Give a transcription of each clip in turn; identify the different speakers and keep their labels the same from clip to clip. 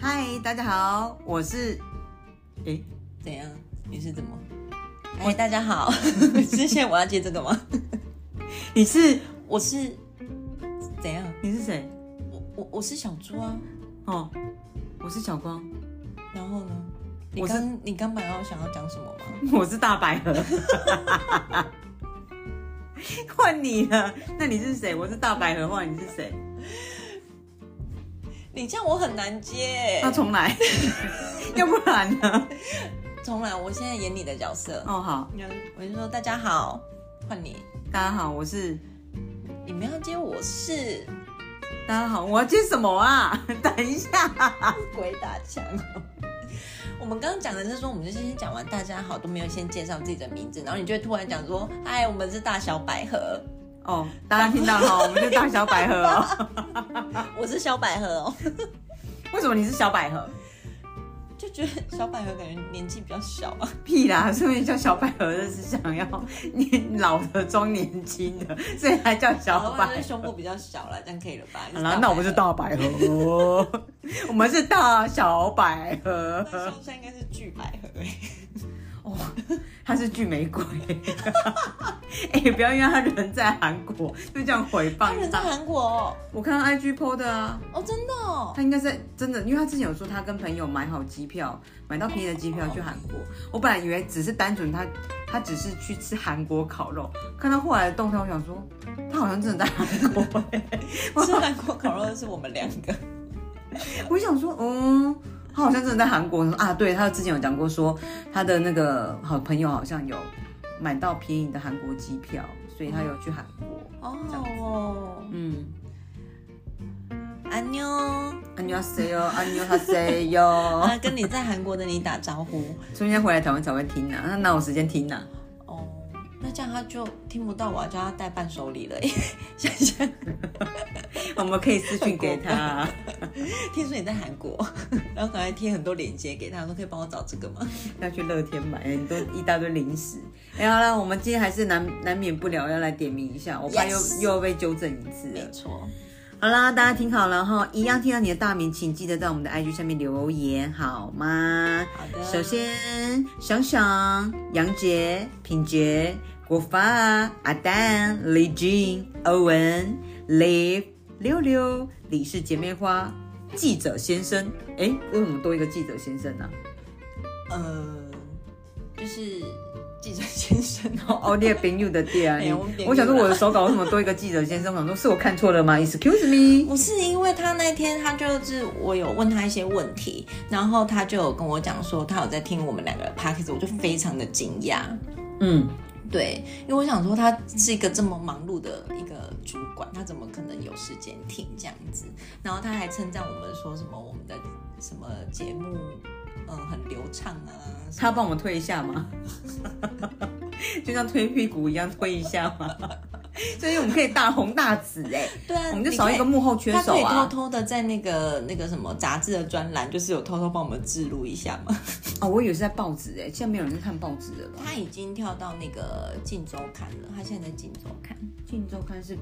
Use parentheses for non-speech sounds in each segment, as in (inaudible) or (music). Speaker 1: 嗨，大家好，我是，诶，
Speaker 2: 怎样？你是怎么？哎、大家好， (laughs) 是现在我要接这个吗？
Speaker 1: 你是
Speaker 2: 我是怎样？
Speaker 1: 你是谁？
Speaker 2: 我我我是小猪啊。
Speaker 1: 哦，我是小光， (laughs)
Speaker 2: 然后呢？你
Speaker 1: 我是
Speaker 2: 刚你刚本来要想要讲什么吗？
Speaker 1: 我是大百合， (laughs) 换你了。那你是谁？我是大百合，换你是谁？
Speaker 2: 你这样我很难接。
Speaker 1: 那重来， (laughs) 要不然呢？
Speaker 2: 重来，我现在演你的角色。
Speaker 1: 哦，好，
Speaker 2: 你要我就说大家好，换你。
Speaker 1: 大家好，我是，
Speaker 2: 你们要接我是
Speaker 1: 大家好，我要接什么啊？ (laughs) 等一下，
Speaker 2: 鬼打墙哦。 (laughs) 我们刚刚讲的是说，我们就是先讲完大家好，都没有先介绍自己的名字，然后你就会突然讲说，嗨，我们是大小百合，
Speaker 1: 哦，大家听到了哦，我们就当小百合哦。
Speaker 2: 我是小百合哦。
Speaker 1: 为什么你是小百合？
Speaker 2: 就觉得小百合感觉年纪比较小
Speaker 1: (laughs)
Speaker 2: 啊，
Speaker 1: 屁啦！说明叫小百合的是想要年老的装年轻的，所以才叫
Speaker 2: 然
Speaker 1: 小
Speaker 2: 后
Speaker 1: 百
Speaker 2: 就是
Speaker 1: 合。
Speaker 2: 胸部比较小了，这样可以了吧？
Speaker 1: 好啦，那我们是大百合哦，我们是大小百合。
Speaker 2: 那胸下应该是巨百合哎、
Speaker 1: (laughs) 哦，他是巨玫瑰。 (laughs) 哎、不要因为他人在韩国就这样诽
Speaker 2: 他
Speaker 1: 谤
Speaker 2: 人在
Speaker 1: 他。
Speaker 2: 韩国哦，
Speaker 1: 我看到 IG PO 的啊，
Speaker 2: 哦真的哦，
Speaker 1: (laughs) 他应该是真的，因为他之前有说他跟朋友买好机票，买到便宜的机票去韩国。我本来以为只是单纯他他只是去吃韩国烤肉，看到后来的动态，我想说他好像真的在韩国、 (laughs)
Speaker 2: 吃韩国烤肉的是我们两个，
Speaker 1: 我想说，嗯，他好像真的在韩国。我说啊，对他之前有讲过说他的那个好朋友好像有买到便宜的韩国机票，所以他有去韩国。
Speaker 2: 哦，
Speaker 1: 嗯，
Speaker 2: 安妞
Speaker 1: 안녕하세요안녕하세요。
Speaker 2: (laughs) 啊，跟你在韩国的你打
Speaker 1: (laughs)
Speaker 2: 招呼
Speaker 1: 所以现在回来台湾才会听呢、啊，那哪有时间听呢、啊？ (laughs)
Speaker 2: 哦。那这样他就听不到我，啊叫他带伴手礼了。欸想想，
Speaker 1: 我们可以私讯给他。
Speaker 2: (laughs) 听说你在韩国， (laughs) 然后赶快贴很多链接给他，说可以帮我找这个吗？
Speaker 1: 要去乐天买很多一大堆零食。哎、好了，我们今天还是难难免不了要来点名一下，我怕又
Speaker 2: Yes
Speaker 1: 又要被纠正一次了
Speaker 2: 没。错，
Speaker 1: 好啦，大家听好了哈，一样听到你的大名，请记得在我们的 IG 下面留言好吗？
Speaker 2: 好的。
Speaker 1: 首先，想想、杨杰、品杰、国发、阿丹、李俊、欧文、Live、六六、李氏姐妹花、记者先生。哎、为什么多一个记者先生呢、
Speaker 2: 呃，就是记者先生哦， (laughs)
Speaker 1: 哦，你的朋友的店啊
Speaker 2: 哎我们朋友啦
Speaker 1: 我想说我的手稿为什么多一个记者先生？我想说是我看错了吗？Excuse me。
Speaker 2: 不是因为他那天他就是我有问他一些问题，然后他就有跟我讲说他有在听我们两个的 p o d c a s t 我就非常的惊讶。
Speaker 1: 嗯，
Speaker 2: 对，因为我想说他是一个这么忙碌的一个主管，他怎么可能有时间听这样子？然后他还称赞我们说什么我们的什么节目，呃，很流畅啊。什么
Speaker 1: 他要帮我们推一下吗？ (laughs) 就像推屁股一样推一下吗？ (laughs) 所以我们可以大红大紫哎、
Speaker 2: 对啊，
Speaker 1: 我们就
Speaker 2: 你
Speaker 1: 少
Speaker 2: 可以
Speaker 1: 一个幕后缺
Speaker 2: 他
Speaker 1: 手
Speaker 2: 可以偷
Speaker 1: 啊！
Speaker 2: 偷的在那个那个什么杂志的专栏，就是有偷偷帮我们记录一下嘛。
Speaker 1: 哦，我以为是在报纸哎、现在没有人在看报纸了吧？
Speaker 2: 他已经跳到那个《镜周刊》了，他现在在《镜周刊》。
Speaker 1: 《镜周刊》是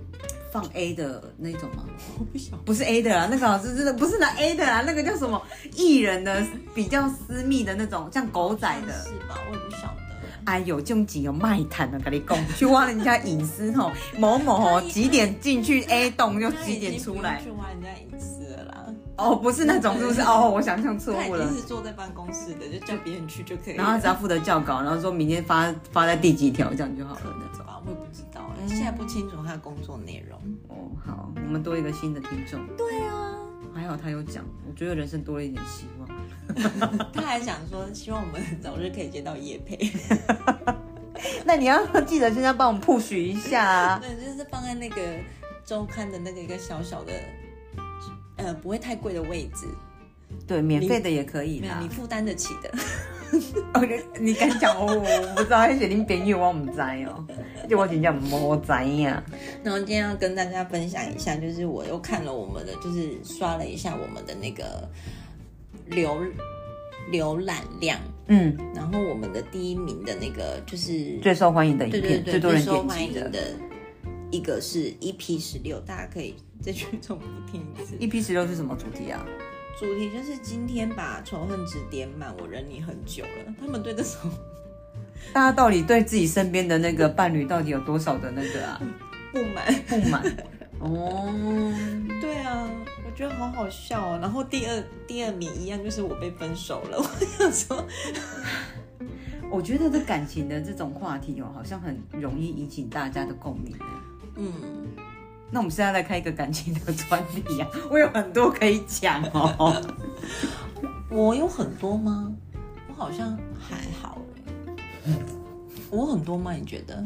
Speaker 1: 放 A 的那种吗？
Speaker 2: 我不想，
Speaker 1: 不是 A 的啦，那个老师真的不是拿 A 的啦，那个叫什么艺人的比较私密的那种，像狗仔的。
Speaker 2: 是吧？我也不晓 (laughs) 得。
Speaker 1: 哎呦，这种集有卖惨的，跟你讲，去挖人家隐私 (laughs) 吼，某某吼几点进去 A 栋就
Speaker 2: 他
Speaker 1: 几
Speaker 2: 已经
Speaker 1: 点出
Speaker 2: 不
Speaker 1: 来
Speaker 2: 用。去挖人家隐私了啦。
Speaker 1: 哦，不是那种，是不是？哦，我想象错
Speaker 2: 他已
Speaker 1: 误了
Speaker 2: 经。是坐在办公室的，就叫别人去就可以了。
Speaker 1: 然后只要负责校稿，然后说明天发发在第几条，这样就好了那种。
Speaker 2: 吧，我也不知道哎、现在不清楚他的工作内容。
Speaker 1: 哦，好，我们多一个新的听众，
Speaker 2: 对啊，
Speaker 1: 还好他有讲，我觉得人生多了一点希望。
Speaker 2: 他还想说，希望我们早日可以接到叶 (laughs) 培，
Speaker 1: (laughs) 那你要记得现在帮我们 push 一下啊。
Speaker 2: 对，就是放在那个周刊的那个一个小小的，呃，不会太贵的位置，
Speaker 1: 对，免费的也可以
Speaker 2: 没有
Speaker 1: 啦
Speaker 2: 你。负担得起的。 (laughs)
Speaker 1: 哦，你你敢讲哦？我不知道，还是你朋友我唔知哦，就我真正唔知啊呀。
Speaker 2: 然后今天要跟大家分享一下，就是我又看了我们的，就是刷了一下我们的那个浏浏览量，
Speaker 1: 嗯，
Speaker 2: 然后我们的第一名的那个就是
Speaker 1: 最受欢迎的影
Speaker 2: 对
Speaker 1: 片，
Speaker 2: 对对
Speaker 1: 最多人
Speaker 2: 受
Speaker 1: 点
Speaker 2: 欢
Speaker 1: 击
Speaker 2: 迎
Speaker 1: 的。
Speaker 2: 的一个是 EP 十六，大家可以再去重复听一次。
Speaker 1: EP 十六是什么主题啊？
Speaker 2: 主题就是今天把仇恨值点满，我忍你很久了。他们对这种
Speaker 1: 大家到底对自己身边的那个伴侣到底有多少的那个
Speaker 2: (laughs)
Speaker 1: 啊
Speaker 2: 不满，
Speaker 1: 不满？哦，
Speaker 2: 对啊，我觉得好好笑哦。然后第二第二名一样就是我被分手了， (laughs) 我想说，
Speaker 1: 我觉得这感情的这种话题哦，好像很容易引起大家的共鸣耶。
Speaker 2: 嗯。
Speaker 1: 那我们现在来开一个感情的专题啊， (laughs) 我有很多可以讲哦。
Speaker 2: (laughs) 我有很多吗？我好像还好欸我很多吗？你觉得？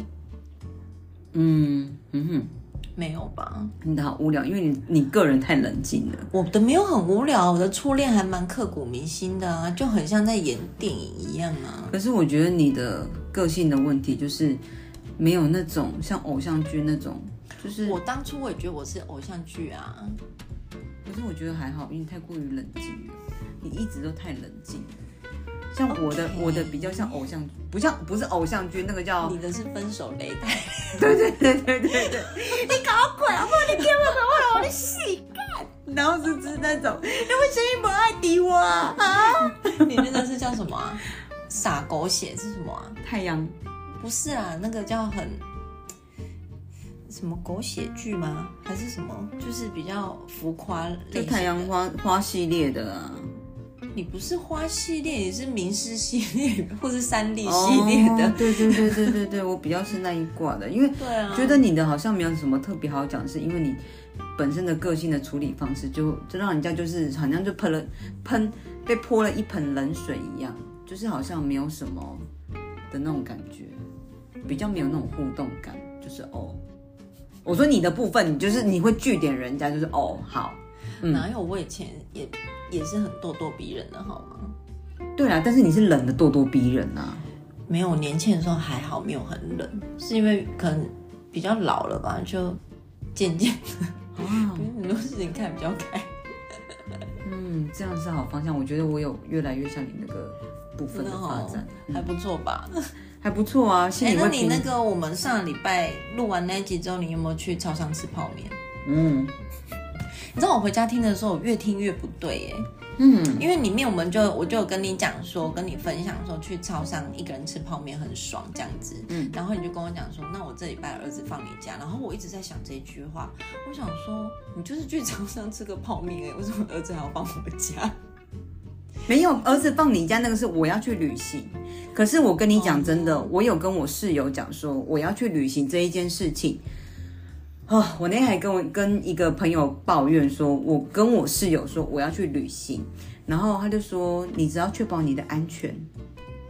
Speaker 1: 嗯嗯哼，
Speaker 2: 没有吧？
Speaker 1: 你好无聊，因为你你个人太冷静了。
Speaker 2: 我的没有很无聊，我的初恋还蛮刻骨铭心的啊，就很像在演电影一样啊。
Speaker 1: 可是我觉得你的个性的问题就是没有那种像偶像剧那种，就是
Speaker 2: 我当初我也觉得我是偶像剧啊，
Speaker 1: 可是我觉得还好，因为你太过于冷静了，你一直都太冷静了。像我的
Speaker 2: OK
Speaker 1: 我的比较像偶像，不像不是偶像剧，那个叫
Speaker 2: 你的是分手擂台，
Speaker 1: (laughs) 对对对对对对，你搞鬼啊！不，你给我搞我的洗干，然后是不是那种，你为什么不爱敌我啊？
Speaker 2: 你那个是叫什么、啊？撒狗血是什么啊？
Speaker 1: 太阳
Speaker 2: 不是啊，那个叫很什么狗血剧吗？还是什么？就是比较浮夸类
Speaker 1: 就
Speaker 2: 型的
Speaker 1: 太阳花花系列的啊，
Speaker 2: 你不是花系列，你是明师系列或是三立系列的。
Speaker 1: 哦对对对对对对，我比较是那一挂的，因为
Speaker 2: 对啊，
Speaker 1: 觉得你的好像没有什么特别好讲，是因为你本身的个性的处理方式就，就让人家就是好像就喷了喷被泼了一盆冷水一样，就是好像没有什么的那种感觉，比较没有那种互动感，就是哦。我说你的部分，你就是你会据点人家，就是哦好，
Speaker 2: 哪有我以前也也是很咄咄逼人的好吗？
Speaker 1: 对啊啦，但是你是冷的咄咄逼人啊，
Speaker 2: 没有，年轻的时候还好，没有很冷，是因为可能比较老了吧，就渐渐
Speaker 1: 啊，
Speaker 2: (laughs) 很多事情看比较开。
Speaker 1: 嗯，这样是好方向，我觉得我有越来越像你那个部分的发
Speaker 2: 哦
Speaker 1: 展，
Speaker 2: 还不错吧？
Speaker 1: 还不错啊，心
Speaker 2: 哎
Speaker 1: 里，
Speaker 2: 那
Speaker 1: 会
Speaker 2: 你
Speaker 1: 平
Speaker 2: 那个我们上礼拜录完那一集之后，你有没有去超商吃泡面？
Speaker 1: 嗯
Speaker 2: 你知道我回家听的时候，我越听越不对耶、
Speaker 1: 嗯。
Speaker 2: 因为里面我们就我就有跟你讲说，跟你分享说去超商一个人吃泡面很爽这样子，嗯，然后你就跟我讲说，那我这礼拜儿子放你假，然后我一直在想这一句话，我想说你就是去超商吃个泡面哎、为什么儿子还要放我家？
Speaker 1: 没有，儿子放你家那个是我要去旅行。可是我跟你讲真的，我有跟我室友讲说我要去旅行这一件事情。啊、我那天还跟我跟一个朋友抱怨说，我跟我室友说我要去旅行，然后他就说你只要确保你的安全，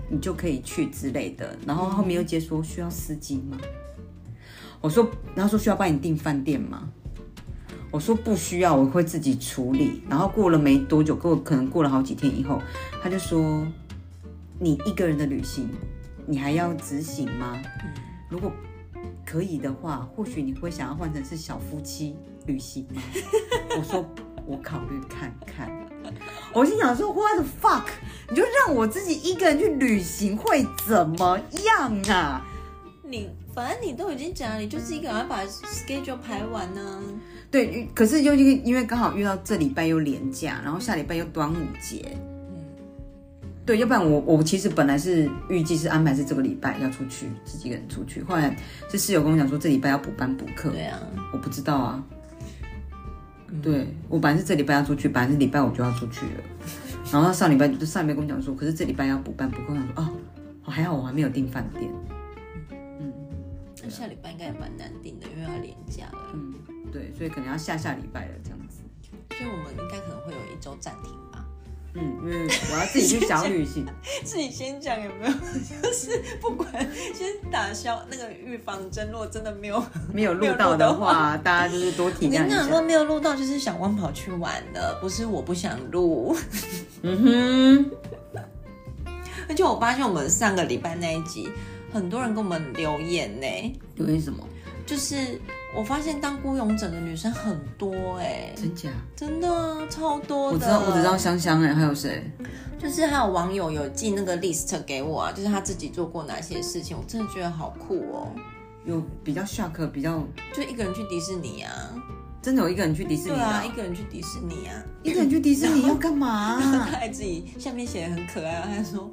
Speaker 1: 你就可以去之类的。然后后面又接说需要司机吗？我说，他说需要帮你订饭店吗？我说不需要，我会自己处理。然后过了没多久，过可能过了好几天以后，他就说：“你一个人的旅行，你还要执行吗？如果可以的话，或许你会想要换成是小夫妻旅行吗？” (laughs) 我说：“我考虑看看。”我心想说：“What the fuck？你就让我自己一个人去旅行会怎么样啊？”
Speaker 2: (laughs) 你反正你都已经讲了，你就是一个人把 schedule 排完呢、
Speaker 1: 对，可是就因为因为刚好遇到这礼拜又连假，然后下礼拜又端午节，
Speaker 2: 嗯
Speaker 1: 对，要不然我我其实本来是预计是安排是这个礼拜要出去自己一个人出去，后来是室友跟我讲说这礼拜要补班补课，
Speaker 2: 对啊，嗯
Speaker 1: 我不知道啊。对我本来是这礼拜要出去，本来是礼拜我就要出
Speaker 2: (laughs)
Speaker 1: 去了，然后他上礼拜就上礼拜跟我讲说，可是这礼拜要补班补课，我想说哦，哦还好我还没有订饭店，
Speaker 2: 那下礼拜应该也蛮难定的，因为要连假了，
Speaker 1: 嗯，对，所以可能要下下礼拜了这样子，
Speaker 2: 所以我们应该可能会有一周暂停吧。
Speaker 1: 嗯，因为我要自己去小旅行。
Speaker 2: (laughs) 自己先讲有 (laughs) 没有？就是不管先打消那个预防针，如果真的没 (laughs) 有，
Speaker 1: 没有录到的话，大家就是多体
Speaker 2: 你
Speaker 1: 谅一
Speaker 2: 那如果
Speaker 1: 下。
Speaker 2: 没有录到，就是小汪跑去玩了，不是我不想 (laughs) 录。
Speaker 1: 嗯哼，
Speaker 2: 而且我发现我们上个礼拜那一集，很多人给我们留言呢、
Speaker 1: 有点什么？
Speaker 2: 就是我发现当孤勇者的女生很多哎、
Speaker 1: 真假？
Speaker 2: 真的啊超多的。
Speaker 1: 我知道，我只知道香香哎、还有谁？
Speaker 2: 就是还有网友有寄那个 list 给我啊，就是他自己做过哪些事情，我真的觉得好酷哦。
Speaker 1: 有比较 shock，比较
Speaker 2: 就一个人去迪士尼啊，
Speaker 1: 真的有一个人去迪士尼
Speaker 2: 对
Speaker 1: 的
Speaker 2: 啊，
Speaker 1: 啊
Speaker 2: 一，个人去迪士尼啊， (laughs)
Speaker 1: 一个人去迪士尼要干嘛
Speaker 2: 他
Speaker 1: 啊？
Speaker 2: 还自己下面写的很可爱，他说，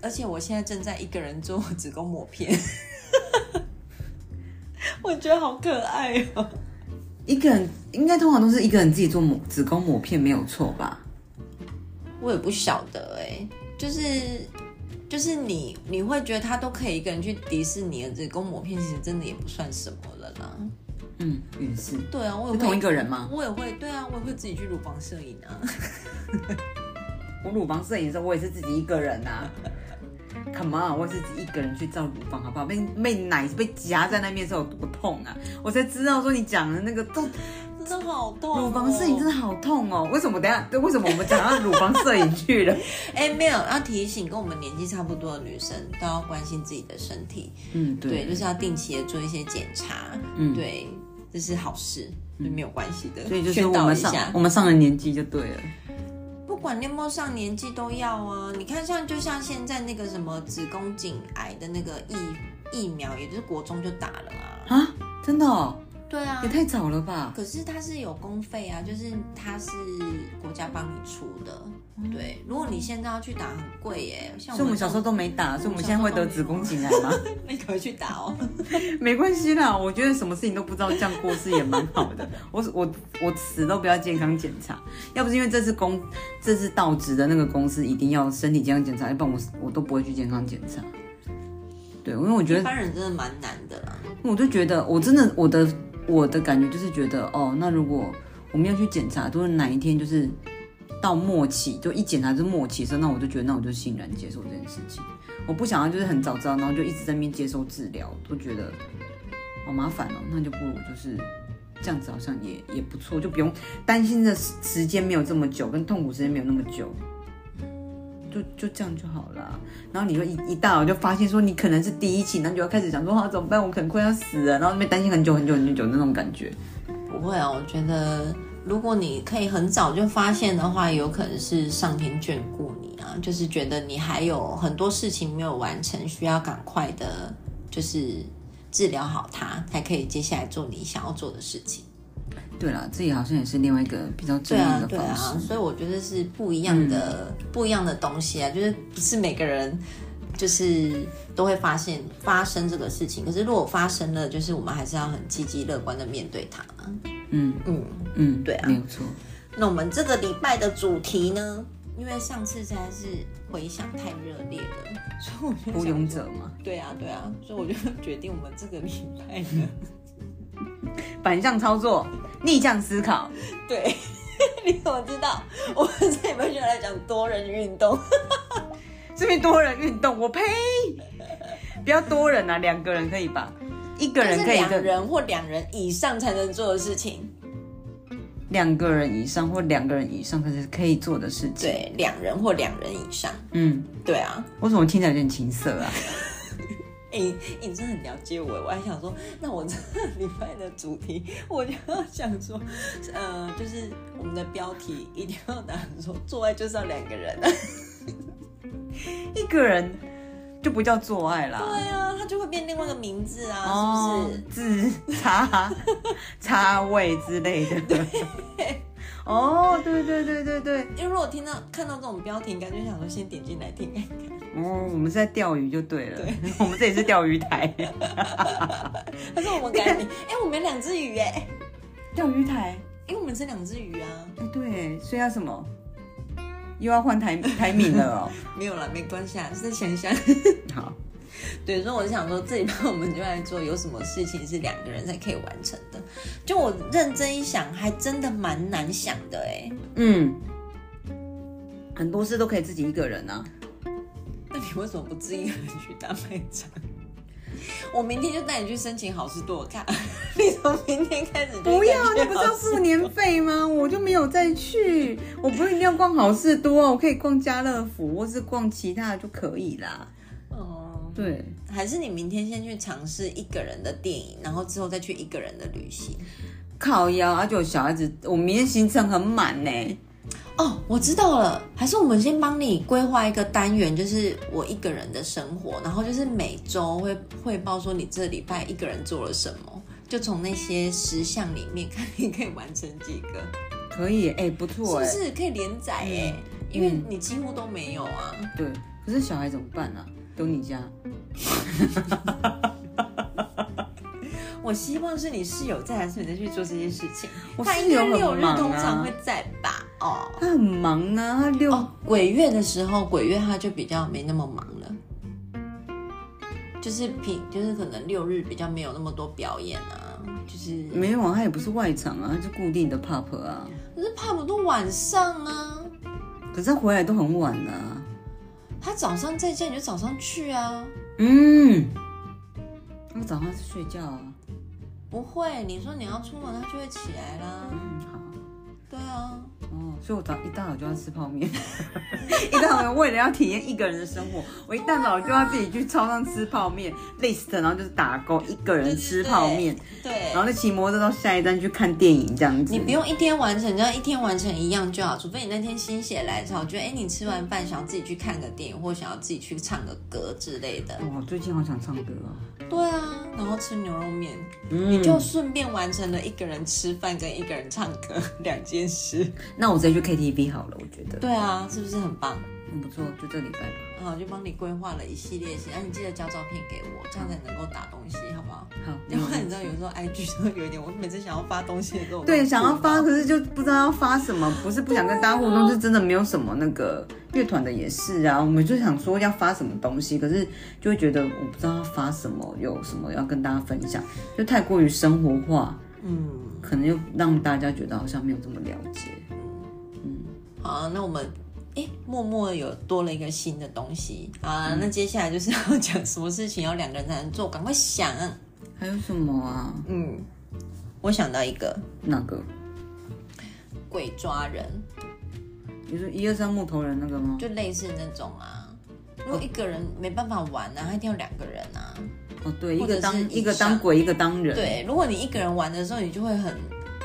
Speaker 2: 而且我现在正在一个人做子宫抹片， (laughs) 我觉得好可爱哦。
Speaker 1: 一个人应该通常都是一个人自己做抹子宫抹片，没有错吧？
Speaker 2: 我也不晓得哎、就是就是你你会觉得他都可以一个人去迪士尼的子宫抹片，其实真的也不算什么了啦。
Speaker 1: 嗯，也是，
Speaker 2: 对啊，我
Speaker 1: 是
Speaker 2: 也
Speaker 1: 同一
Speaker 2: 会，
Speaker 1: 个人吗？
Speaker 2: 我也会，对啊，我也会自己去乳房摄影啊。 (laughs)
Speaker 1: 我乳房摄影的时候，我也是自己一个人啊。Come on，我也是自己一个人去照乳房，好不好？被被奶被夹在那边的时候有多痛啊！我才知道说你讲的那个到
Speaker 2: 真的好痛、哦
Speaker 1: 乳房摄影真的
Speaker 2: 的
Speaker 1: 好痛哦。为什么？等一下，对，为什么我们讲到乳房摄影去了？
Speaker 2: 哎、没有要提醒，跟我们年纪差不多的女生都要关心自己的身体，
Speaker 1: (laughs) 嗯，
Speaker 2: 对，就是要定期的做一些检查，
Speaker 1: 嗯
Speaker 2: 对，这是好事，对，没有关系的。
Speaker 1: 所以就是
Speaker 2: 宣
Speaker 1: 我
Speaker 2: 导
Speaker 1: 们
Speaker 2: 一
Speaker 1: 上
Speaker 2: 下
Speaker 1: 我，们上了年纪就对了。
Speaker 2: 不管你有没有上年纪都要啊。你看像就像现在那个什么子宫颈癌的那个疫疫苗，也就是国中就打了啊。
Speaker 1: 啊，真的、哦，
Speaker 2: 对啊
Speaker 1: 也，太早了吧？
Speaker 2: 可是它是有公费啊，就是它是国家帮你出的。对，如果你现在要去打很贵耶、
Speaker 1: 嗯
Speaker 2: 像
Speaker 1: 所以我们小时候
Speaker 2: 都
Speaker 1: 都没打，所以我们现在会得子宫颈癌 (laughs) 吗？
Speaker 2: 那个去打
Speaker 1: (laughs)
Speaker 2: 哦。
Speaker 1: 没关系啦，我觉得什么事情都不知道，这样过世也蛮好的。 (laughs) 我我我死都不要健康检查，要不是因为这次公这次到职的那个公司一定要身体健康检查，要不然我我都不会去健康检查。对，因为我觉
Speaker 2: 一
Speaker 1: 得
Speaker 2: 般人真的蛮难的啦。
Speaker 1: 我就觉得，我真的我的我的感觉就是觉得，哦，那如果我们要去检查，就是哪一天就是到末期，就一检查就是末期的时候，那我就觉得，那我就欣然接受这件事情。我不想要就是很早知道，然后就一直在那边接受治疗，都觉得好麻烦哦。那就不如就是这样子，好像也也不错，就不用担心的时时间没有这么久，跟痛苦时间没有那么久。就就这样就好了。啊然后你就一一大早就发现说你可能是第一期，然后你就要开始想说啊怎么办，我可能快要死了，然后那边担心很久很久很久那种感觉。
Speaker 2: 不会啊，我觉得如果你可以很早就发现的话，有可能是上天眷顾你啊，就是觉得你还有很多事情没有完成，需要赶快的，就是治疗好它，才可以接下来做你想要做的事情。
Speaker 1: 对啦，这也好像也是另外一个比较正
Speaker 2: 对啊
Speaker 1: 面，的
Speaker 2: 对
Speaker 1: 方式。
Speaker 2: 啊，所以我觉得是不一样的、不一样的东西啊，就是不是每个人。就是都会发现发生这个事情，可是如果发生了，就是我们还是要很积极乐观的面对它。
Speaker 1: 嗯
Speaker 2: 嗯，
Speaker 1: 嗯，
Speaker 2: 对啊
Speaker 1: 没有错。
Speaker 2: 那我们这个礼拜的主题呢？因为上次实在是回想太热烈了，所以我就想
Speaker 1: 孤勇者嘛，
Speaker 2: 对啊对啊，所以我就决定我们这个礼拜呢， (laughs)
Speaker 1: 反向操作，逆向思考。
Speaker 2: 对，你怎么知道我们这礼拜就来讲多人运动？
Speaker 1: 这边多人运动，我呸！不要多人啊，两个人可以吧？一个人可以
Speaker 2: 就是两
Speaker 1: 的，
Speaker 2: 人或两人以上才能做的事情，
Speaker 1: 两个人以上或两个人以上才是可以做的事情。
Speaker 2: 对，两人或两人以上，
Speaker 1: 嗯，
Speaker 2: 对啊。
Speaker 1: 为什么听起来有点情色
Speaker 2: (laughs)
Speaker 1: 啊？
Speaker 2: 哎、欸，你真的很了解我。我还想说，那我这个礼拜的主题，我就要想说，呃，就是我们的标题一定要打说，做爱就是要两个人。 (laughs)
Speaker 1: 一个人就不叫做爱啦。
Speaker 2: 对啊，它就会变另外一个名字啊，
Speaker 1: 哦
Speaker 2: 是不是？
Speaker 1: 自插 (laughs) 插位之类 (laughs) 的。哦，对对对对对，
Speaker 2: 因为如果听到看到这种标题，应该就想说先点进来听看 (laughs) 看，
Speaker 1: 哦，我们是在钓鱼就对了，
Speaker 2: 对
Speaker 1: (laughs) 我们这里是钓鱼台，
Speaker 2: 但是我们改名，哎、我们两只鱼哎、
Speaker 1: (laughs) 钓鱼台，
Speaker 2: 因为我们是两只鱼啊，
Speaker 1: 哎对，所以要什么？又要换台台名了 (laughs) 哦。
Speaker 2: 没有啦，没关系啊，再想一想。
Speaker 1: 好，
Speaker 2: 对，所以我就想说，这一半 (laughs) 我们就来做有什么事情是两个人才可以完成的。就我认真一想，还真的蛮难想的哎。
Speaker 1: 嗯，很多事都可以自己一个人啊。
Speaker 2: 那你为什么不自己一个人去大卖场？我明天就带你去申请好事多看， (laughs) 你从明天开始就
Speaker 1: 不要， (laughs)
Speaker 2: 你
Speaker 1: 那不是要付年费吗？我就没有再去，我不是一定要逛好事多，我可以逛家乐福或是逛其他的就可以啦。
Speaker 2: 哦，
Speaker 1: 对，
Speaker 2: 还是你明天先去尝试一个人的电影，然后之后再去一个人的旅行。
Speaker 1: 靠腰，而且我小孩子，我明天行程很满呢。
Speaker 2: 哦，我知道了，还是我们先帮你规划一个单元，就是我一个人的生活，然后就是每周会汇报说你这礼拜一个人做了什么，就从那些十项里面看你可以完成几个，
Speaker 1: 可以耶，哎、不错，哎，
Speaker 2: 是不是可以连载哎、
Speaker 1: 嗯
Speaker 2: 因为你几乎都没有啊。
Speaker 1: 哎对，可是小孩怎么办啊？都你家，
Speaker 2: 我希望是你室友在，还是你再去做这些事情？
Speaker 1: 我
Speaker 2: 他
Speaker 1: 室
Speaker 2: 应该
Speaker 1: 友很
Speaker 2: 六日
Speaker 1: 忙
Speaker 2: 通
Speaker 1: 啊
Speaker 2: 常会在吧？哦。
Speaker 1: 他很忙啊，他六、
Speaker 2: 哦，鬼月的时候，鬼月他就比较没那么忙了，就是平就是可能六日比较没有那么多表演啊，就是
Speaker 1: 没有啊，他也不是外场啊，他是固定的 pub 啊，
Speaker 2: 可是怕不多晚上啊，
Speaker 1: 可是他回来都很晚啊。
Speaker 2: 他早上在家你就早上去啊，
Speaker 1: 嗯，他早上是睡觉啊。
Speaker 2: 不会，你说你要出门，他就会起来啦，
Speaker 1: 嗯，好。
Speaker 2: 对啊，
Speaker 1: 哦，所以我早一大早就要吃泡面， (laughs) 一大早为了要体验一个人的生活，我一大早就要自己去超商吃泡面，list，然后就是打勾，一个人吃泡面，
Speaker 2: 对
Speaker 1: 然。后再骑摩托车到下一站去看电影这样子。
Speaker 2: 你不用一天完成，只要一天完成一样就好。除非你那天心血来潮，觉得哎、诶你吃完饭想要自己去看个电影，或想要自己去唱个歌之类的。
Speaker 1: 哇，哦最近好想唱歌啊！
Speaker 2: 对啊，然后吃牛肉面，
Speaker 1: 嗯
Speaker 2: 你就顺便完成了一个人吃饭跟一个人唱歌两件事。
Speaker 1: 那我直接去 KTV 好了，我觉得
Speaker 2: (laughs) 对啊，是不是很棒？
Speaker 1: 很不错，就这礼拜吧。
Speaker 2: 然后就帮你规划了一系列行，啊，你记得交照片给我，这样才能够打东西，好不好？
Speaker 1: 好，
Speaker 2: 要不然你知道有时候 IG 都会有一点，我每次想要发东西的时候，
Speaker 1: 对，想要发，可是就不知道要发什么，不是不想跟大家互
Speaker 2: 啊
Speaker 1: 动，是真的没有什么那个乐团的也是啊，我们就想说要发什么东西，可是就会觉得我不知道要发什么，有什么要跟大家分享，就太过于生活化，
Speaker 2: 嗯。
Speaker 1: 可能又让大家觉得好像没有这么了解。
Speaker 2: 好、啊，那我们哎，默默有多了一个新的东西啊。那接下来就是要讲什么事情要两个人才能做，赶快想。
Speaker 1: 还有什么啊？
Speaker 2: 嗯，我想到一个
Speaker 1: 哪个？
Speaker 2: 鬼抓人，
Speaker 1: 你说一二三木头人那个吗？
Speaker 2: 就类似那种啊。如果一个人没办法玩啊，他一定要两个人啊。
Speaker 1: 哦，对，一
Speaker 2: 或者
Speaker 1: 个
Speaker 2: 是
Speaker 1: 当一
Speaker 2: 以
Speaker 1: 个当
Speaker 2: 上
Speaker 1: 鬼，一个当人。，
Speaker 2: 对，如果你一个人玩的时候，你就会很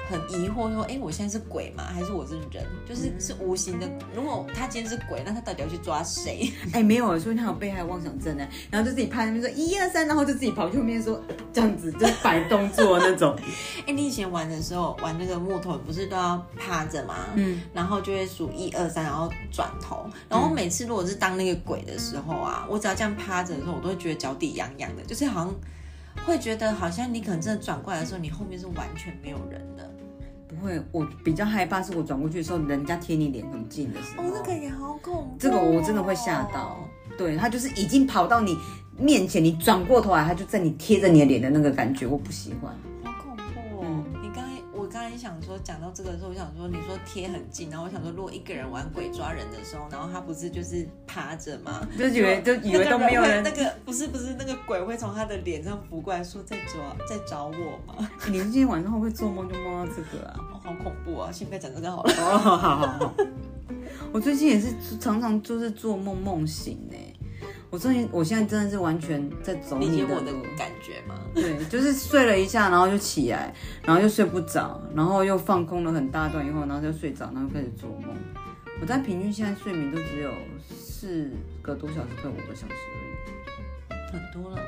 Speaker 2: 很疑惑，说：“哎，我现在是鬼吗？还是我是人？就是、是无形的。如果他今天是鬼，那他到底要去抓谁？
Speaker 1: 哎，没有，说他有被害妄想症呢，然后就自己拍那边说一二三，然后就自己跑去后面说这样子，就是摆动作那种。 (laughs)
Speaker 2: 哎，你以前玩的时候，玩那个木头不是都要趴着吗？
Speaker 1: 嗯，
Speaker 2: 然后就会数一二三，然后转头。然后每次如果是当那个鬼的时候啊，我只要这样趴着的时候，我都会觉得脚底痒痒的，就是好像会觉得好像你可能真的转过来的时候，你后面是完全没有人的。
Speaker 1: 不会，我比较害怕是我转过去的时候，人家贴你脸很近的时候。
Speaker 2: 哦，那个哦也好恐怖、哦
Speaker 1: 这个我真的会吓到。。对他就是已经跑到你面前，你转过头来，他就在你贴着你的脸的那个感觉，我不喜欢。
Speaker 2: 好恐怖哦！你刚才我刚才想说，讲到这个的时候，我想说，你说贴很近，然后我想说，如果一个人玩鬼抓人的时候，然后他不是就是趴着吗？
Speaker 1: 就以为就以为都没有人
Speaker 2: 那个会那个不是不是那个鬼会从他的脸上浮过来说在找在找我吗？
Speaker 1: 你今天晚上会不会做梦就梦到这个啊？
Speaker 2: 哦，好恐怖啊！先不要讲这个好了。
Speaker 1: 哦，好好好。 (laughs) 我最近也是常常就是做梦梦醒哎、我最近我现在真的是完全在走
Speaker 2: 理
Speaker 1: 你
Speaker 2: 解
Speaker 1: 的
Speaker 2: 我
Speaker 1: 路
Speaker 2: 的。感觉吗？
Speaker 1: 对，就是睡了一下，然后就起来，然后又睡不着，然后又放空了很大段以后，然后就睡着，然后又开始做梦。我在平均现在睡眠都只有四个多小时，快五个小时
Speaker 2: 很多了啦。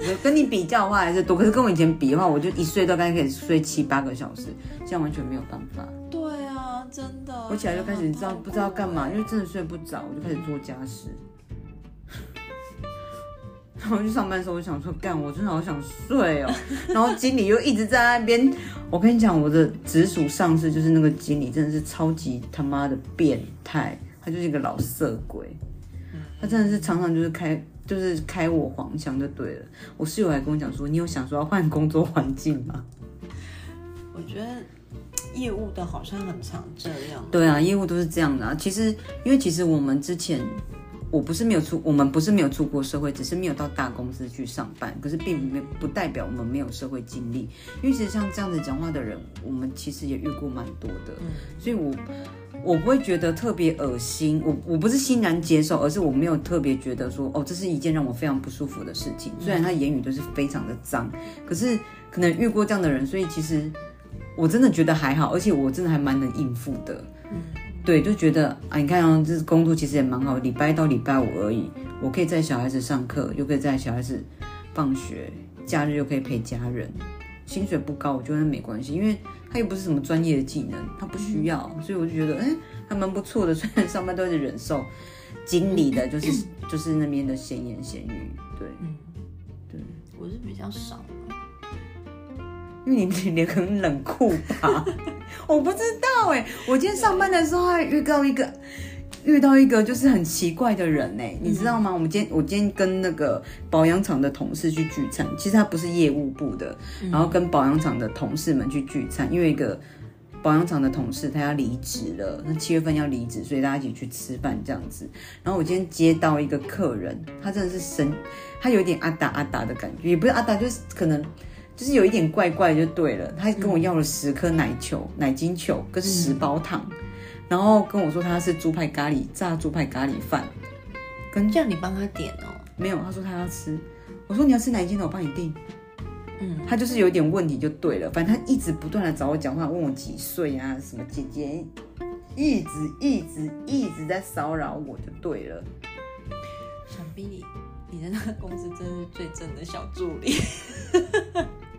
Speaker 1: 而已。我跟你比较的话还是多，可是跟我以前比的话，我就一睡大概可以睡七八个小时，现在完全没有办法。
Speaker 2: 对啊，真的。
Speaker 1: 我起来就开始你知道
Speaker 2: 很恐怖
Speaker 1: 不知道干嘛，
Speaker 2: 欸
Speaker 1: 因为真的睡不着，我就开始做家事。然后去上班的时候，我想说，干，我真的好想睡哦。然后经理又一直在那边，我跟你讲，我的直属上司就是那个经理，真的是超级他妈的变态，他就是一个老色鬼，他真的是常常就是开就是开我黄腔就对了。我室友还跟我讲说，你有想说要换工作环境吗？
Speaker 2: 我觉得业务的好像很常这样。
Speaker 1: 对啊，业务都是这样的啊。其实，因为其实我们之前，我不是没有出，我们不是没有出过社会，只是没有到大公司去上班。可是并没不代表我们没有社会经历，因为其实像这样子讲话的人，我们其实也遇过蛮多的。所以我我不会觉得特别恶心，我我不是欣然接受，而是我没有特别觉得说，哦，这是一件让我非常不舒服的事情。虽然他言语都是非常的脏，可是可能遇过这样的人，所以其实我真的觉得还好，而且我真的还蛮能应付的。对，就觉得啊，你看哦，这工作其实也蛮好，礼拜一到礼拜五而已，我可以载小孩子上课，又可以载小孩子放学，假日又可以陪家人。薪水不高，我觉得没关系，因为他又不是什么专业的技能，他不需要，所以我就觉得，哎、还蛮不错的。虽 (laughs) 然上班都在忍受经理的，就是就是那边的闲言闲语，对，
Speaker 2: 我是比较少的，
Speaker 1: 因为你脸很冷酷吧？ (laughs) 我不知道哎、我今天上班的时候还遇到一个。遇到一个就是很奇怪的人呢、你知道吗？我们今天我今天跟那个保养厂的同事去聚餐，其实他不是业务部的，然后跟保养厂的同事们去聚餐，因为一个保养厂的同事他要离职了，那七月份要离职，所以大家一起去吃饭这样子。然后我今天接到一个客人，他真的是神，他有点阿达阿达的感觉，也不是阿达，就是可能。就是有一点怪怪就对了，他跟我要了十颗奶球、奶精球跟十包糖，然后跟我说他是猪排咖喱炸猪排咖喱饭，
Speaker 2: 叫你帮他点哦。
Speaker 1: 没有，他说他要吃，我说你要吃哪一间的，我帮你订。
Speaker 2: 嗯，
Speaker 1: 他就是有点问题就对了，反正他一直不断的找我讲话，问我几岁啊，什么姐姐，一直一直一直在骚扰我就对了。
Speaker 2: 想必你你在那个公司真是最正的小助理。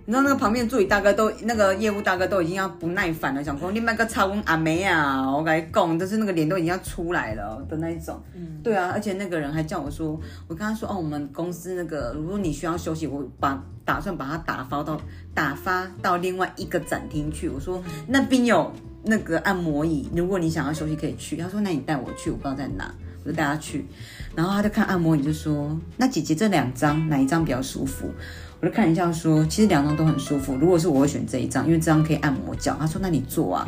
Speaker 1: 你知道那个旁边助理大哥都那个业务大哥都已经要不耐烦了，想说你卖个插温阿梅啊，我跟你讲，就是那个脸都已经要出来了的那一种。
Speaker 2: 嗯
Speaker 1: 对啊，而且那个人还叫我说，我跟他说哦，我们公司那个如果你需要休息，我把打算把他打发到打发到另外一个展厅去。我说那边有那个按摩椅，如果你想要休息可以去。他说那你带我去，我不知道在哪，我就带他去。然后他就看按摩椅，就说那姐姐这两张哪一张比较舒服？我就看一下说，其实两张都很舒服。如果是我会选这一张，因为这张可以按摩脚。他说那你坐啊。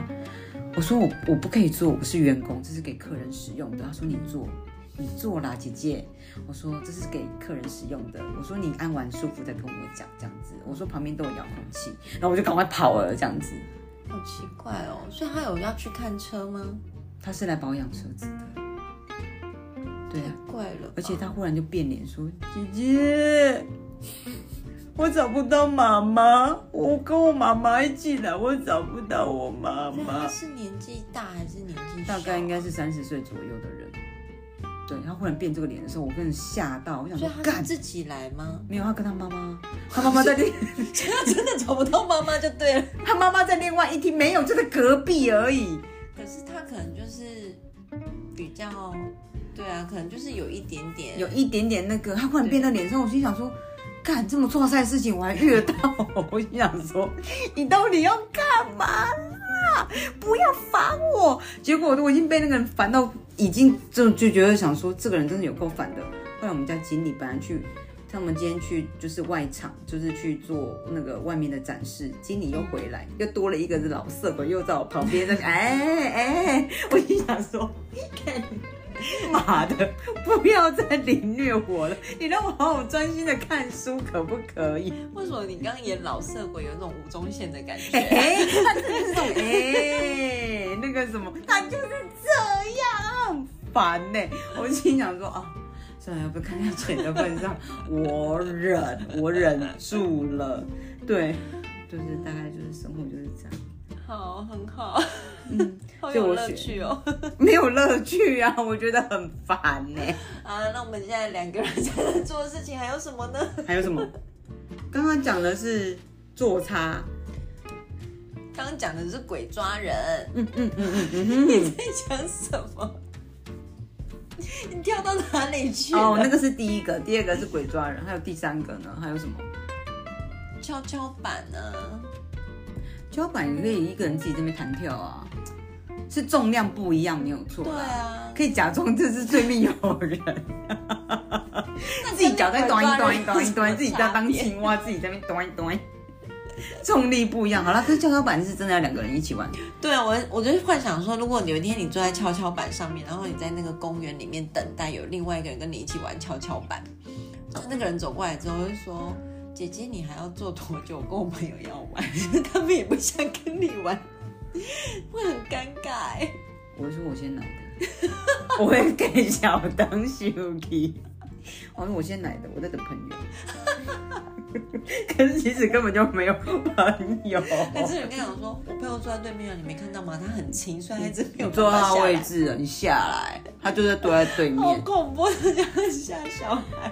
Speaker 1: 我说我我不可以做，我是员工，这是给客人使用的。他说你做，你做啦，姐姐。我说这是给客人使用的。我说你按完舒服再跟我讲，这样子。我说旁边都有遥控器，然后我就赶快跑了，这样子。
Speaker 2: 好奇怪哦，所以他有要去看车吗？
Speaker 1: 他是来保养车子的，对啊。
Speaker 2: 怪了吧，
Speaker 1: 而且他忽然就变脸说：“姐姐，我找不到妈妈，我跟我妈妈一起来，我找不到我妈
Speaker 2: 那他
Speaker 1: 妈。
Speaker 2: 是年纪大还是年纪小
Speaker 1: 大概应该是三十岁左右的人。对他忽然变这个脸的时候，我更吓到，我想说
Speaker 2: 所以啊他是
Speaker 1: 干，
Speaker 2: 自己来
Speaker 1: (laughs)
Speaker 2: 吗？
Speaker 1: 没有他跟他妈妈，他妈妈在另 (laughs)
Speaker 2: 他真的找不到妈妈就对了。
Speaker 1: 他妈妈在另外一厅，没有就在隔壁而已。
Speaker 2: 可是他可能就是比较，对啊，可能就是有一点点
Speaker 1: 有一点点那个，他忽然变到脸上，我心想说，干这么错塞的事情我还遇得到，我心想说， (laughs) 你到底要干嘛啦？不要烦我！结果我已经被那个人烦到，已经就就觉得想说，这个人真的有够烦的。后来我们家经理本来去，他们今天去就是外场，就是去做那个外面的展示，经理又回来，又多了一个老色鬼，又在我旁边那个，哎哎，我心想说， (laughs) 看你 (laughs) 妈的，不要再凌虐我了！你让我好好专心的看书，可不可以？
Speaker 2: 为什么你刚刚演老色鬼有一种吴宗宪的感
Speaker 1: (laughs)
Speaker 2: 觉
Speaker 1: 哎、
Speaker 2: 啊？
Speaker 1: 他就是 (laughs) 那种哎、那个什么，他就是这样，很烦呢、我心想说啊，算了，不看在钱的份上，我忍，我忍住了。对，就是大概就是生活就是这样。 (laughs)
Speaker 2: 好，很好，
Speaker 1: 嗯，
Speaker 2: (laughs)
Speaker 1: 所
Speaker 2: 好
Speaker 1: 以
Speaker 2: 有
Speaker 1: 我
Speaker 2: 乐
Speaker 1: 选
Speaker 2: 趣哦。 (laughs)
Speaker 1: 没有乐趣啊，我觉得很烦呢、
Speaker 2: 好，那我们现在两个人在做的事情还有什么呢？
Speaker 1: 还有什么？刚刚讲的是做差。
Speaker 2: 刚刚讲的是鬼抓人，
Speaker 1: 嗯嗯嗯嗯
Speaker 2: (laughs)
Speaker 1: 嗯嗯。
Speaker 2: 在讲什么？ (laughs) 你跳到哪里去
Speaker 1: (laughs)
Speaker 2: 了？(laughs)
Speaker 1: 哦，那个是第一个，第二个是鬼抓人，还有第三个呢？还有什么？
Speaker 2: 跷跷板啊呢？
Speaker 1: 跷板也可以一个人自己这边弹跳啊，是重量不一样，没有错
Speaker 2: 对
Speaker 1: 啦。
Speaker 2: 啊，
Speaker 1: 可以假装这是对面有
Speaker 2: (laughs)
Speaker 1: 人，
Speaker 2: 那
Speaker 1: 自己脚在端一端一端一端，
Speaker 2: 端，
Speaker 1: 自己在当青蛙，自己在那边端一端，重力不一样。好啦，可是跷跷板是真的要两个人一起玩，
Speaker 2: 对啊，我我就幻想说，如果有一天你坐在跷跷板上面，然后你在那个公园里面等待有另外一个人跟你一起玩跷跷板，就那个人走过来之后就说：“姐姐，你还要坐多久？我跟我朋友要玩， (laughs) 他们也不想跟你玩，会很尴尬、欸。
Speaker 1: 我说我先来的，我会给小灯休息。我说我先来的，我在等朋友。可是其实根本就没有朋友，”
Speaker 2: 但是人家讲说：“我朋友坐在对面啊，你没看到吗？他很轻，所以他一直没有
Speaker 1: 你坐到
Speaker 2: 办法
Speaker 1: 他
Speaker 2: 下来
Speaker 1: 位置了，你下来，他就在躲在对
Speaker 2: 好
Speaker 1: 面。
Speaker 2: 恐怖，这样吓小孩。
Speaker 1: 哦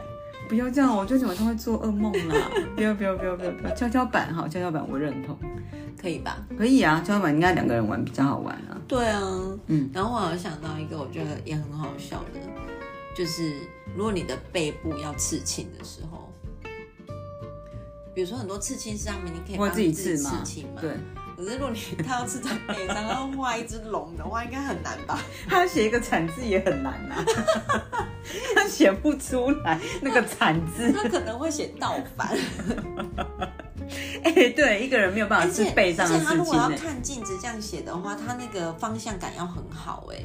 Speaker 1: 不要这样，我就觉得他会做噩梦啦！不要不要不要不要不要，跷跷板好，跷跷板我认同，
Speaker 2: 可以吧？
Speaker 1: 可以啊，跷跷板应该两个人玩比较好玩啊。
Speaker 2: 对啊，
Speaker 1: 嗯，
Speaker 2: 然后我有想到一个我觉得也很好笑的，就是如果你的背部要刺青的时候，比如说很多刺青上面你可以
Speaker 1: 我
Speaker 2: 帮
Speaker 1: 自己
Speaker 2: 刺
Speaker 1: 刺嘛，
Speaker 2: 青嘛，
Speaker 1: 对，
Speaker 2: 可是如果你他要刺在背上，然后画一只龙的话，应该很难吧？
Speaker 1: 他要写一个惨字也很难啊， (laughs) 他写不出来那个惨字。
Speaker 2: 他可能会写倒反，
Speaker 1: 哎、对，一个人没有办
Speaker 2: 而
Speaker 1: 法是
Speaker 2: 且
Speaker 1: 背上的
Speaker 2: 而且他
Speaker 1: 事
Speaker 2: 如
Speaker 1: 情
Speaker 2: 果
Speaker 1: 呢、
Speaker 2: 要看镜子这样写的话，他那个方向感要很好哎、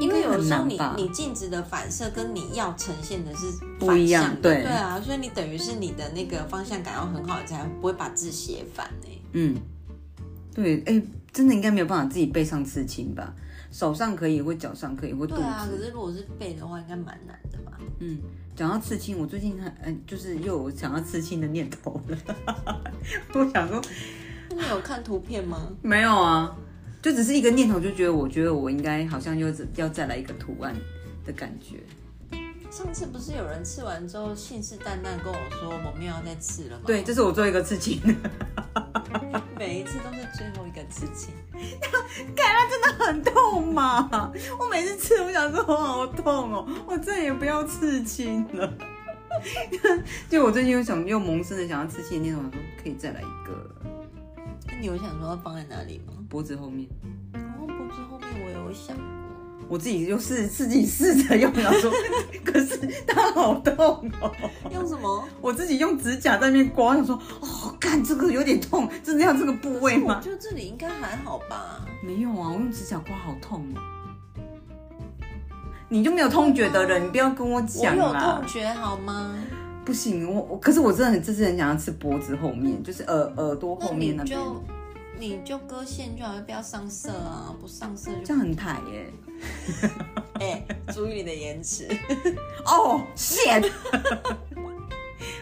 Speaker 1: 应
Speaker 2: 因
Speaker 1: 该
Speaker 2: 为有
Speaker 1: 很
Speaker 2: 时候
Speaker 1: 难
Speaker 2: 你
Speaker 1: 吧
Speaker 2: 你镜子的反射跟你要呈现的是
Speaker 1: 不一样
Speaker 2: 反向的
Speaker 1: 对
Speaker 2: 对啊，所以你等于是你的那个方向感要很好，你才不会把字写反哎、
Speaker 1: 嗯，对，哎、真的应该没有办法自己背上刺青吧？手上可以，或脚上可以，或肚
Speaker 2: 对
Speaker 1: 子。
Speaker 2: 啊，可是如果是背的话，应该蛮难的吧？
Speaker 1: 嗯，讲到刺青，我最近很嗯、就是又有想要刺青的念头了。 (laughs) 我想说，
Speaker 2: 那 (laughs) 你有看图片吗？
Speaker 1: 没有啊，就只是一个念头，就觉得我觉得我应该好像又要再来一个图案的感觉。
Speaker 2: 上次不是有人吃完之后信誓旦旦跟我说我没有要再吃了吗？
Speaker 1: 对，这是我做一个刺青，
Speaker 2: 每一次都是最后一个刺青。
Speaker 1: 很痛嘛。我每次刺，我想说我好痛哦，我再也不要刺青了。 (laughs) 就我最近又想又萌生的想要刺青的念头，我想说可以再来一个
Speaker 2: 那你有想说要放在哪里吗？
Speaker 1: 脖子后面。
Speaker 2: 然后脖子后面我有想过，
Speaker 1: 我自己就是自己试着用，然后说， (laughs) 可是它好痛哦。
Speaker 2: 用什么？
Speaker 1: 我自己用指甲在那边刮，我想说，哦，干这个有点痛，真的要这个部位
Speaker 2: 我
Speaker 1: 吗？
Speaker 2: 觉得这里应该还好吧。
Speaker 1: 没有啊，我用指甲刮好痛哦。你就没有痛觉的人，你不要跟我
Speaker 2: 我
Speaker 1: 讲
Speaker 2: 有
Speaker 1: 啦
Speaker 2: 痛。觉好吗？
Speaker 1: 不行，我我可是我真的很这次很想要吃脖子后面，就是耳耳朵
Speaker 2: 嗯那
Speaker 1: 后面
Speaker 2: 你
Speaker 1: 那边，
Speaker 2: 就你就割线就好，不要上色啊，不上色
Speaker 1: 这
Speaker 2: 就
Speaker 1: 样很抬耶、
Speaker 2: 哎，注意你的
Speaker 1: (laughs)
Speaker 2: 延迟。
Speaker 1: 哦、shit，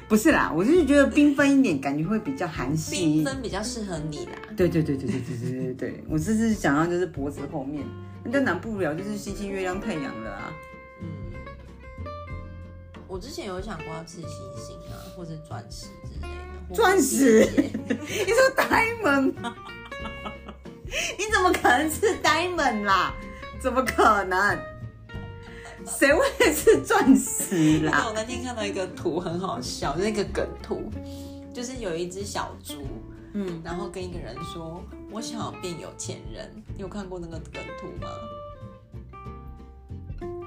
Speaker 1: 不是啦，我就是觉得缤纷一点，感觉会比较韩系一
Speaker 2: 缤
Speaker 1: 点。
Speaker 2: 纷比较适合你啦。
Speaker 1: 对对对对对对对对
Speaker 2: (laughs)
Speaker 1: 对，我这次想要就是脖子后面，但挡不了就是星星、月亮、太阳了啊。
Speaker 2: 嗯，我之前有想过要吃星星啊，或是钻石之类的。或
Speaker 1: 钻石
Speaker 2: 蝴蝶结
Speaker 1: (laughs) 你说 diamond (laughs) 吗？你怎么可能是 diamond 啦？怎么可能？谁会是钻石
Speaker 2: 那
Speaker 1: 啦？
Speaker 2: 我那天看到一个图很好笑，就是一个梗图，就是有一只小猪，
Speaker 1: 嗯，
Speaker 2: 然后跟一个人说：“我想要变有钱人。”你有看过那个梗图吗？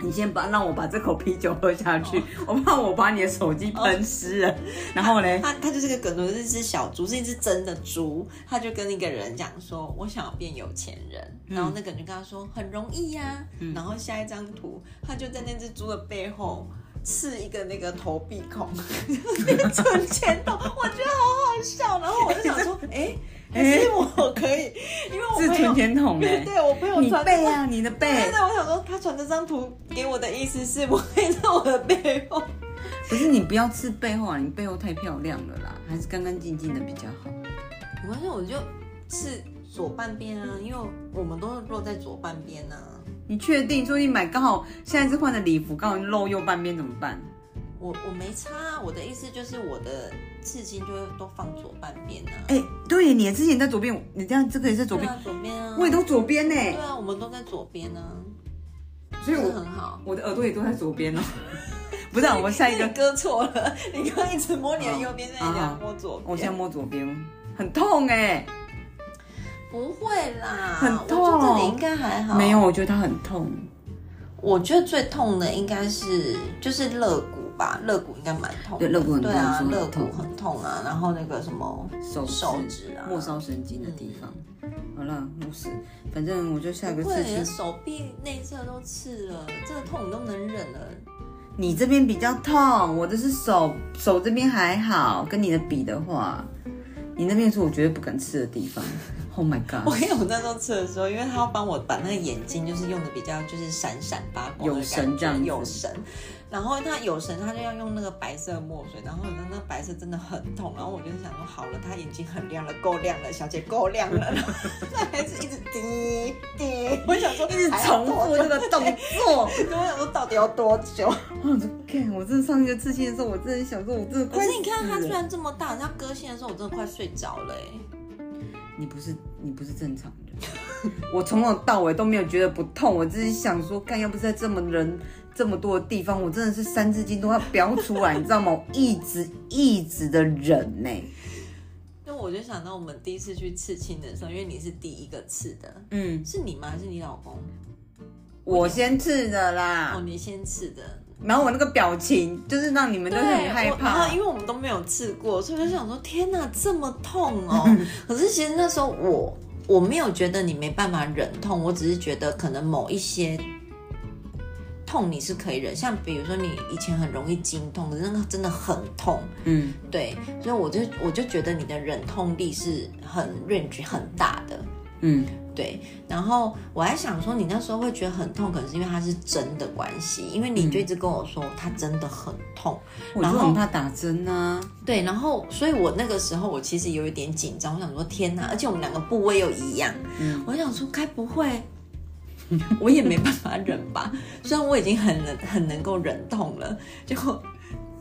Speaker 1: 你先把让我把这口啤酒喝下去，我怕我把你的手机喷湿了。然后嘞，
Speaker 2: 它它就是个梗图，是一只小猪，是一只真的猪，它就跟一个人讲说：“我想要变有钱人。”
Speaker 1: 嗯
Speaker 2: 然后那个人就跟他说：“很容易呀、然后下一张图，他就在那只猪的背后。刺一个那个投币孔，
Speaker 1: (laughs)
Speaker 2: 那个存钱筒，我觉得好好笑。然后我就想
Speaker 1: (laughs)
Speaker 2: 说，哎、
Speaker 1: 哎
Speaker 2: 可是我可以，因为我
Speaker 1: 是
Speaker 2: 朋友
Speaker 1: 存
Speaker 2: (laughs)
Speaker 1: 钱筒哎、
Speaker 2: 对我朋友
Speaker 1: 你
Speaker 2: 传
Speaker 1: 背啊，你的
Speaker 2: 对
Speaker 1: 背。
Speaker 2: 对，哎我想说他传这张图给我的意思是我可以在我的背后。
Speaker 1: 不是你不要吃背后啊，你背后太漂亮了啦，还是干干净净的比较好。
Speaker 2: 没关系，我就是左半边啊，因为我们都是落在左半边啊。
Speaker 1: 你确定？说你买刚好下一次换的礼服刚好露右半边怎么办？
Speaker 2: 我我没差啊、我的意思就是我的刺青就都放左半边啊。
Speaker 1: 哎、对耶，你之前在左边，你这样这个也是左
Speaker 2: 对
Speaker 1: 边，
Speaker 2: 啊，左边啊。
Speaker 1: 我也都左边呢，
Speaker 2: 对啊，我们都在左边啊，
Speaker 1: 所以
Speaker 2: 是
Speaker 1: 我
Speaker 2: 很好。
Speaker 1: 我的耳朵也都在左边哦。 (laughs) 不是、啊，我下一 (laughs) 个
Speaker 2: (laughs) 你，割错了，你刚刚一直摸你的右边，现在你要啊摸左边。
Speaker 1: 我现在摸左边，很痛哎，
Speaker 2: 不会啦，
Speaker 1: 很痛
Speaker 2: 我觉得这里应该还好。
Speaker 1: 没有，我觉得它很痛。
Speaker 2: 我觉得最痛的应该是就是肋骨吧，肋骨应该蛮痛的。
Speaker 1: 对肋骨很痛
Speaker 2: 对啊，
Speaker 1: 是
Speaker 2: 肋
Speaker 1: 很痛
Speaker 2: 骨很痛啊。然后那个什么
Speaker 1: 手
Speaker 2: 手指啊
Speaker 1: 末梢神经的地方。好了，不是，反正我就下一个
Speaker 2: 嗯不会，啊
Speaker 1: 刺
Speaker 2: 你的
Speaker 1: 青。
Speaker 2: 手臂内侧都刺了，这个痛你都能忍了。
Speaker 1: 啊你这边比较痛，我的是手手这边还好，跟你的比的话，你那边是我绝对不敢吃的地方。Oh (laughs) my
Speaker 2: 我
Speaker 1: god！
Speaker 2: 跟我那时候刺的时候，因为他要帮我把那个眼睛就是用的比较就是闪闪发光的
Speaker 1: 有神
Speaker 2: 感觉
Speaker 1: 这样子
Speaker 2: 有神。然后他有神，他就要用那个白色墨水，然后那那个白色真的很痛，然后我就想说，好了，他眼睛很亮了，够亮了，小姐够亮了，然后他还是一直滴滴，我想说
Speaker 1: 一直重复这个动作。
Speaker 2: (laughs) 我想说到底要多久？
Speaker 1: 我说，看，我真的上一个刺青的时候，我真的想说，我真的
Speaker 2: 可
Speaker 1: 快
Speaker 2: 是你看
Speaker 1: 死
Speaker 2: 他
Speaker 1: 了
Speaker 2: 突然这么大，他割线的时候，我真的快睡着了、欸。
Speaker 1: 你不是你不是正常的， (laughs) 我从头到尾都没有觉得不痛，我只是想说，看要不是在这么人这么多的地方，我真的是三字经都要飙出来， (laughs) 你知道吗？我一直一直的忍呢、
Speaker 2: 那我就想到我们第一次去刺青的时候，因为你是第一个刺的，
Speaker 1: 嗯，
Speaker 2: 是你吗？还是你老公？
Speaker 1: 我先刺的
Speaker 2: 哦，
Speaker 1: 啦，
Speaker 2: 你先刺的。
Speaker 1: 然后我那个表情就是让你们都
Speaker 2: 对，
Speaker 1: 是很害
Speaker 2: 我然
Speaker 1: 怕
Speaker 2: 后因。为我们都没有刺过，所以我就想说，天哪，这么痛 (laughs) 哦！可是其实那时候我我没有觉得你没办法忍痛，我只是觉得可能某一些痛你是可以忍，像比如说你以前很容易经痛，可是那个真的很痛，
Speaker 1: 嗯，
Speaker 2: 对，所以我就我就觉得你的忍痛力是很 range 很大的。
Speaker 1: 嗯，
Speaker 2: 对，然后我还想说，你那时候会觉得很痛，可能是因为它是针的关系，因为你就一直跟我说它真的很痛，
Speaker 1: 嗯我就
Speaker 2: 然后
Speaker 1: 很怕打针啊。
Speaker 2: 对，然后所以我那个时候我其实有一点紧张，我想说天哪，而且我们两个部位又一样，
Speaker 1: 嗯，
Speaker 2: 我想说该不会我也没办法忍吧？虽然我已经很能很能够忍痛了，结果。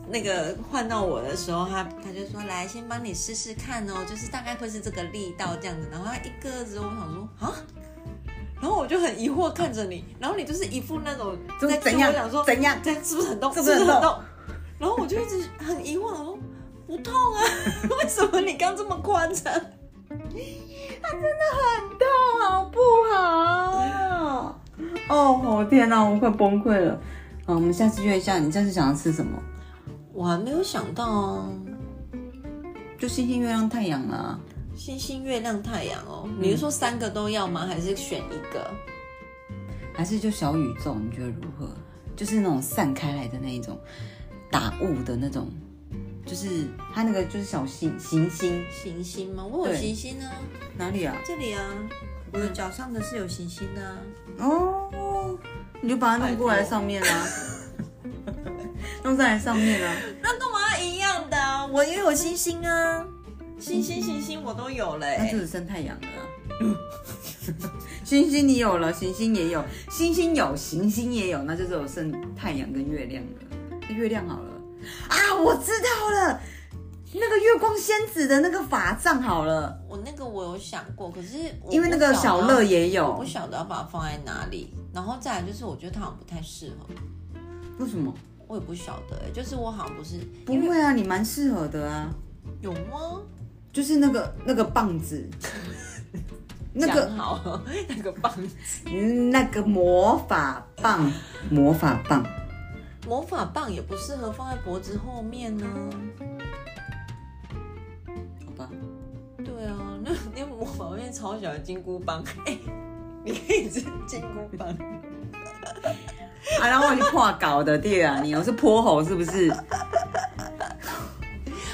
Speaker 2: 那个换到我的时候，他他就说来先帮你试试看哦，就是大概会是这个力道这样子。然后他一个之后，我想说啊，然后我就很疑惑看着你，然后你就是一副那种
Speaker 1: 就
Speaker 2: 在
Speaker 1: 是怎
Speaker 2: 跟我讲
Speaker 1: 样
Speaker 2: 说
Speaker 1: 怎样，
Speaker 2: 这样是不是很痛？
Speaker 1: 是不
Speaker 2: 是
Speaker 1: 是
Speaker 2: 不是
Speaker 1: 很
Speaker 2: 很
Speaker 1: 痛
Speaker 2: 痛？然后我就一直很疑惑，我说不痛啊， (laughs) 为什么你刚这么夸张？
Speaker 1: 很痛，好不好？哦，我天哪、我快崩溃了。好，我们下次约一下，你下次想要吃什么？
Speaker 2: 我还没有想到啊，
Speaker 1: 就星星、月亮、太阳啊。
Speaker 2: 星星、月亮、太阳哦，你是说三个都要吗？还是选一个？
Speaker 1: 还是就小宇宙，你觉得如何？就是那种散开来的那一种，打雾的那种，就是它那个就是小星行星
Speaker 2: 行星吗？我有
Speaker 1: 对
Speaker 2: 行星啊，
Speaker 1: 哪里啊？
Speaker 2: 这里啊，我的脚上的是有行星的、啊。
Speaker 1: 哦，你就把它弄过来上面啊，弄在来上面啊。
Speaker 2: 那干嘛一样的啊？我也有星星啊，星星星星我都有嘞、
Speaker 1: 那就是生太阳了啊。 (laughs) 星星你有了，行星也有，星星有，行星也有，那就只有剩太阳跟月亮了。那月亮好了啊，我知道了，那个月光仙子的那个法杖好了，
Speaker 2: 我那个我有想过，可是我
Speaker 1: 因为那个小
Speaker 2: 啊
Speaker 1: 乐也
Speaker 2: 我
Speaker 1: 有
Speaker 2: 不。晓得要把它放在哪里。然后再来就是，我觉得它好像不太适合，
Speaker 1: 为什么？
Speaker 2: 我也不晓得、欸，就是我好像不是
Speaker 1: 不会啊，你蛮适合的啊，
Speaker 2: 有吗？
Speaker 1: 就是那个那个棒
Speaker 2: (laughs)
Speaker 1: 子，那个
Speaker 2: 讲好 (laughs) 那个棒子，
Speaker 1: 嗯那个魔法棒，魔法棒。
Speaker 2: 魔法棒也不适合放在脖子后面呢、
Speaker 1: 好吧，
Speaker 2: 对啊， (laughs) 那那魔法棒超小的金箍棒， (laughs) 哎、你可以吃金箍棒。
Speaker 1: (laughs) 啊，然后你破搞的对啊，你又是泼猴是不是？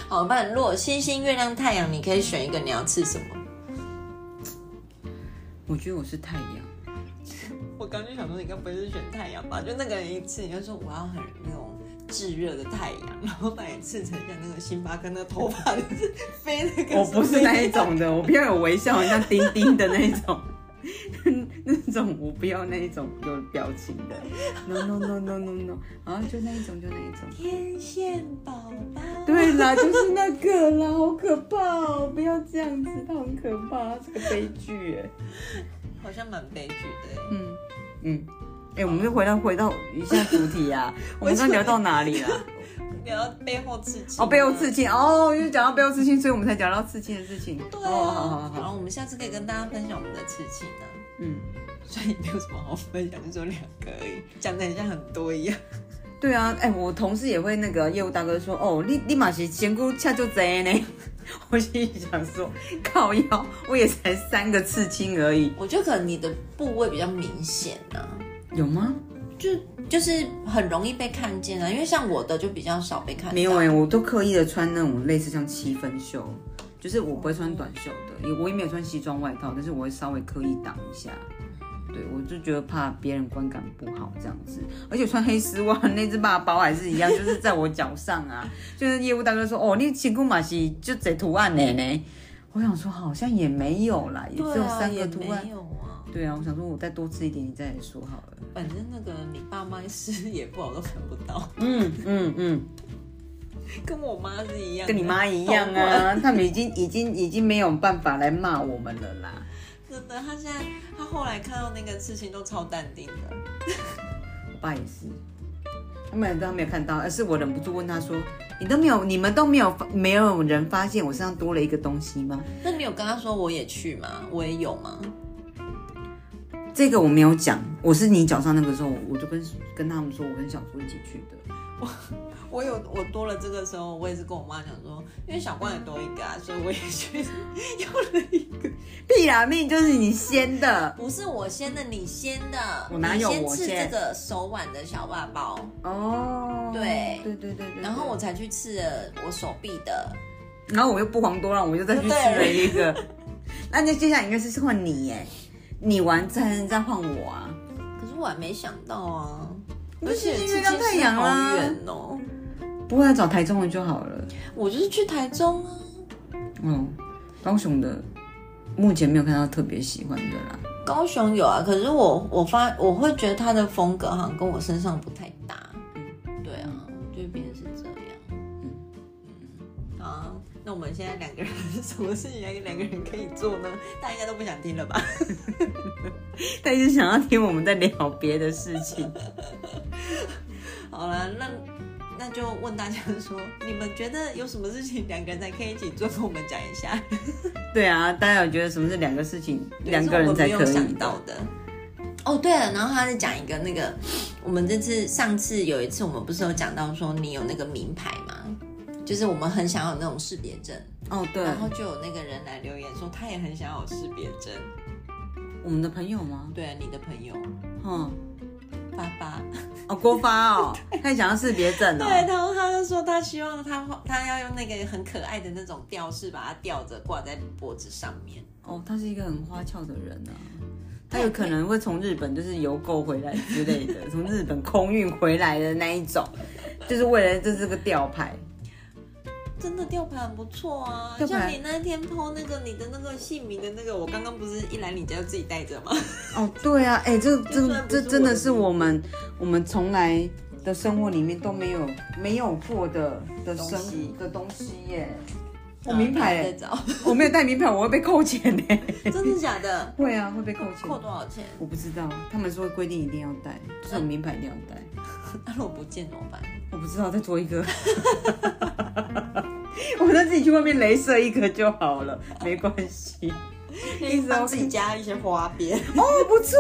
Speaker 2: 好，不然如果星星、月亮、太阳，你可以选一个你要吃什么。
Speaker 1: 我觉得我是太阳，
Speaker 2: 我刚就想说，你该不会是选太阳吧？就那个人一次，你就说我要很那种炙热的太阳，然后把你刺成像那个星巴克那个头发就是飞那个。
Speaker 1: 我不是那一种的，我不要有微笑，很像丁丁的那一种， (laughs) 那种我不要那一种有表情的，no no no no no no，啊，就那一种就那一种，
Speaker 2: 天线宝宝。
Speaker 1: 对啦，就是那个啦，好可怕哦，不要这样子，他很可怕，这个悲剧哎，
Speaker 2: 好像蛮悲剧的欸。
Speaker 1: 嗯嗯，哎、我们就回到回到一下主题 (laughs) 啊，我们刚刚聊到哪里了？
Speaker 2: 不要背后刺青啊。
Speaker 1: 哦，背后刺青，哦，又讲到背后刺青，所以我们才讲到刺青的事情，
Speaker 2: 对
Speaker 1: 哦，好好
Speaker 2: 啊。
Speaker 1: 好
Speaker 2: 然
Speaker 1: 好，
Speaker 2: 后我们下次可以跟大家分享我们的刺青啊。
Speaker 1: 嗯。
Speaker 2: 所以没有什么好分享，就说两个而已，讲的很像很多一样。
Speaker 1: 对啊，哎、我同事也会那个业务大哥说，哦，你你嘛是仙姑恰就贼呢。 (laughs) 我心里想说，靠腰，我也才三个刺青而已，
Speaker 2: 我觉得可能你的部位比较明显啊。
Speaker 1: 有吗？
Speaker 2: 就就是很容易被看见啊，因为像我的就比较少被看到。
Speaker 1: 没有哎、我都刻意的穿那种类似像七分袖，就是我不会穿短袖的，也我也没有穿西装外套，但是我会稍微刻意挡一下。对我就觉得怕别人观感不好这样子，而且穿黑丝袜那只霸包还是一样，就是在我脚上啊，就是业务大哥说哦，你辛苦马西就这图案呢呢，我想说好像也没有啦，也只有三个图案
Speaker 2: 啊也没。有啊。
Speaker 1: 对啊，我想说我再多吃一点，你再来说好了。
Speaker 2: 反正那个你爸妈是也不好都看不到， (laughs)
Speaker 1: 嗯嗯嗯，
Speaker 2: 跟我妈是一样的，
Speaker 1: 跟你妈一样啊，他们已经已经已经没有办法来骂我们了啦。
Speaker 2: 真的，他现在他后来看到那个事情都超淡定的。
Speaker 1: 我爸也是，他们都没有看到，而是我忍不住问他说：“你都没有，你们都没有发，没有人发现我身上多了一个东西吗
Speaker 2: 那你有跟他说我也去吗？我也有吗？？”
Speaker 1: 这个我没有讲，我是你脚上那个时候，我就跟跟他们说，我跟小猪一起去的。
Speaker 2: 我有，我多了这个时候，我也是跟我妈讲说，因为小光也多一个啊，
Speaker 1: 嗯
Speaker 2: 所以我也去 (laughs) 要了一个。
Speaker 1: 屁啦，命就是你先的
Speaker 2: 不是我先的，你先的，
Speaker 1: 我哪有
Speaker 2: 你先
Speaker 1: 我
Speaker 2: 吃
Speaker 1: 先
Speaker 2: 这个手腕的小爸包，
Speaker 1: 哦。
Speaker 2: 对
Speaker 1: 对对对对。
Speaker 2: 然后我，才去吃了我手臂的。
Speaker 1: 然后我又不遑多让，我又再去吃了一个。那就接下来应该是换你耶，你完再再换我啊。
Speaker 2: 可是我还没想到啊，
Speaker 1: 不
Speaker 2: 而
Speaker 1: 是
Speaker 2: 且
Speaker 1: 去
Speaker 2: 这
Speaker 1: 月亮
Speaker 2: 件
Speaker 1: 太
Speaker 2: 事
Speaker 1: 阳
Speaker 2: 好
Speaker 1: 啦
Speaker 2: 远哦。
Speaker 1: 不过要找台中人就好了。
Speaker 2: 我就是去台中啊，
Speaker 1: 嗯，高雄的目前没有看到特别喜欢的啦。
Speaker 2: 高雄有啊，可是我我发我会觉得他的风格好像跟我身上不太搭。嗯，对啊，就变成是这样。嗯嗯，好啊，那我们现在两个人 (laughs) 什么事情还两个人可以做呢？大家应该都不想听了吧？ (laughs)
Speaker 1: 他一直想要听我们在聊别的事情。 (laughs)
Speaker 2: 好了，那那就问大家说，你们觉得有什么事情两个人才可以一起做，跟我们讲一下？
Speaker 1: 对啊，大家有觉得什么是两个事情，
Speaker 2: 对
Speaker 1: 两个人才可
Speaker 2: 是我没有
Speaker 1: 以
Speaker 2: 想？到的。哦，对了，然后他在讲一个那个，我们这次上次有一次，我们不是有讲到说你有那个名牌吗？就是我们很想要有那种识别证，
Speaker 1: 哦，对，
Speaker 2: 然后就有那个人来留言说他也很想要有识别证。
Speaker 1: 我们的朋友 (laughs) 吗？
Speaker 2: 对，啊你的朋友
Speaker 1: 嗯，
Speaker 2: 爸爸，
Speaker 1: 哦，郭发
Speaker 2: (laughs)
Speaker 1: 哦，他想要识别证
Speaker 2: 对，
Speaker 1: 哦。
Speaker 2: 然后他就说他希望他他要用那个很可爱的那种吊饰把它吊着挂在脖子上面。
Speaker 1: 哦，他是一个很花俏的人啊。他有可能会从日本就是邮购回来之类的，从日本空运回来的那一种，就是为了这是个吊牌。
Speaker 2: 真的吊牌很不错啊，
Speaker 1: 吊牌
Speaker 2: 像你那天 PO 那个你的那个姓名的那个，我刚刚不是一来你家就自己带着吗？
Speaker 1: 哦，对啊，哎、这
Speaker 2: 就
Speaker 1: 这
Speaker 2: 算不
Speaker 1: 这
Speaker 2: 是
Speaker 1: 真
Speaker 2: 我
Speaker 1: 的
Speaker 2: 的
Speaker 1: 是
Speaker 2: 名字
Speaker 1: 我们我们从来的生活里面都没有没有过的的
Speaker 2: 东
Speaker 1: 生
Speaker 2: 西啊
Speaker 1: 的东西耶。我名牌
Speaker 2: 在
Speaker 1: 耶，
Speaker 2: 找， (laughs)
Speaker 1: 我没有带名牌，我会被扣钱呢。
Speaker 2: 真的假的？
Speaker 1: 会啊，会被扣钱
Speaker 2: 扣。多嗯少钱？
Speaker 1: 我不知道，他们说规定一定要带，就是有名牌一定要带。
Speaker 2: 那、如果不见怎么办？
Speaker 1: 我不知道，再做一个。 (laughs) 我再自己去外面镭射一个就好了，没关
Speaker 2: (laughs)
Speaker 1: 系。
Speaker 2: 哦可以帮自己加一些花
Speaker 1: (laughs)
Speaker 2: 边，
Speaker 1: 哦，不错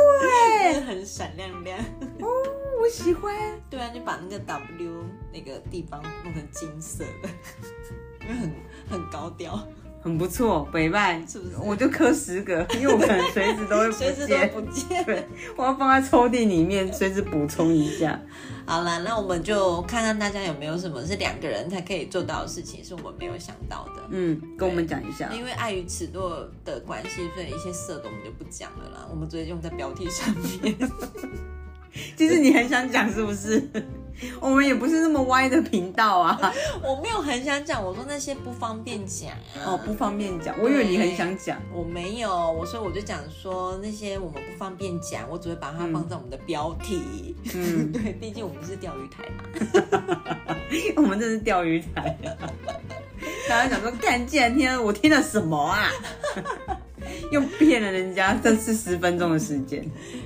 Speaker 1: 哎、
Speaker 2: 很闪亮亮。
Speaker 1: (laughs) 我喜欢。
Speaker 2: 对啊，就把那个 W 那个地方弄成金色的， (laughs) 因为很很高调，
Speaker 1: 很不错，北拜
Speaker 2: 是不是
Speaker 1: 我就磕十
Speaker 2: (laughs)
Speaker 1: 个，因为我可能随时都会
Speaker 2: 随
Speaker 1: 不
Speaker 2: 时都
Speaker 1: 见。
Speaker 2: 不见。
Speaker 1: 对，我要放在抽屉里面，随时补充一下。
Speaker 2: 好啦，那我们就看看大家有没有什么是两个人才可以做到的事情，是我们没有想到的。
Speaker 1: 嗯，跟我们讲一下
Speaker 2: 那。因为碍于尺度的关系，所以一些色的我们就不讲了啦，我们直接用在标题上面。
Speaker 1: 其实你很想讲是不是？我们也不是那么歪的频道
Speaker 2: (laughs)
Speaker 1: 啊。
Speaker 2: 我没有很想讲，我说那些不方便讲啊。
Speaker 1: 哦，不方便讲，我以为你很想讲。
Speaker 2: 我没有，我所以我就讲说那些我们不方便讲，我只会把它放在我们的标题。
Speaker 1: 嗯， (laughs)
Speaker 2: (laughs) 对，毕竟我们是钓鱼台嘛。
Speaker 1: 我们这是钓鱼台。大家想说，干，竟然听了我听了什么啊？ (laughs) 又骗了人家，这是十分钟的时间。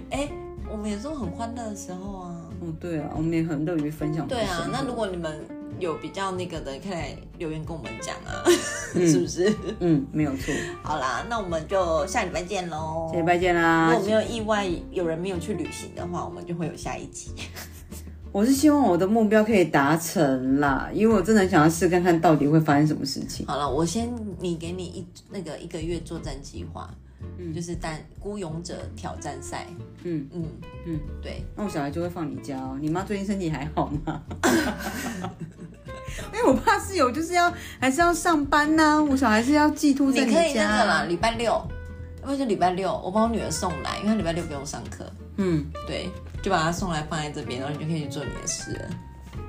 Speaker 2: 哎，我们有时候很欢乐的时候啊。
Speaker 1: 哦，对啊，我们也很乐于分享我们
Speaker 2: 对
Speaker 1: 的生活。
Speaker 2: 啊，那如果你们有比较那个的，可以来留言跟我们讲啊， (laughs) 是不是？
Speaker 1: 嗯，没有错。
Speaker 2: 好啦，那我们就下礼拜见喽。
Speaker 1: 下礼拜见啦
Speaker 2: 如！果没有意外，有人没有去旅行的话，我们就会有下一集。
Speaker 1: 我是希望我的目标可以达成啦，因为我真的想要试看看到底会发生什么事情。
Speaker 2: 好了，我先你给你一那个一个月作战计划，就是单孤勇者挑战赛，
Speaker 1: 嗯
Speaker 2: 嗯
Speaker 1: 嗯，
Speaker 2: 对，
Speaker 1: 那我小孩就会放你家哦。你妈最近身体还好
Speaker 2: (laughs)
Speaker 1: 吗？因为我怕室友就是要还是要上班呐、我小孩是要寄托在
Speaker 2: 你
Speaker 1: 你
Speaker 2: 可以
Speaker 1: 家
Speaker 2: 那个啦，礼拜六因为是礼拜六，我帮我女儿送来，因为她礼拜六不用上课，
Speaker 1: 嗯，
Speaker 2: 对，就把她送来放在这边，然后你就可以去做你的事了，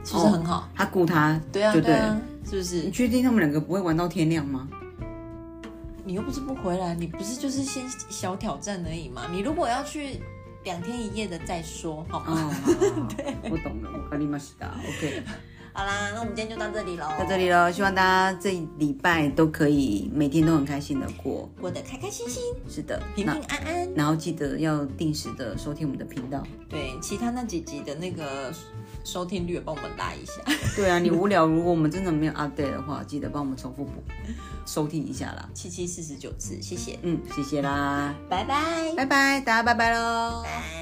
Speaker 2: 是不是
Speaker 1: 哦
Speaker 2: 很好？
Speaker 1: 他顾他，
Speaker 2: 对啊，
Speaker 1: 就
Speaker 2: 对
Speaker 1: 对
Speaker 2: 啊
Speaker 1: 了。，
Speaker 2: 是不是
Speaker 1: 你？确定他们两个不会玩到天亮
Speaker 2: (laughs)
Speaker 1: 吗？
Speaker 2: 你又不是不回来，你不是就是先小挑战而已嘛？你如果要去两天一夜的再说，好
Speaker 1: 哦，
Speaker 2: 吗？
Speaker 1: 好我懂了，我卡里马西达，OK。
Speaker 2: 好啦，那我们今天就到这里喽，
Speaker 1: 到这里喽，希望大家这礼拜都可以每天都很开心的过。
Speaker 2: 过得开开心心、
Speaker 1: 是的，
Speaker 2: 平
Speaker 1: 那
Speaker 2: 平安安。
Speaker 1: 然后记得要定时的收听我们的频道。
Speaker 2: 对，其他那几集的那个收听率也帮我们拉一下。
Speaker 1: 对啊，你无聊，如果我们真的没有 update 的话，记得帮我们重复补收听一下啦。
Speaker 2: 七七四十九次，谢谢，
Speaker 1: 嗯，谢谢啦，
Speaker 2: 拜拜，
Speaker 1: 拜拜，大家拜拜喽。
Speaker 2: 拜。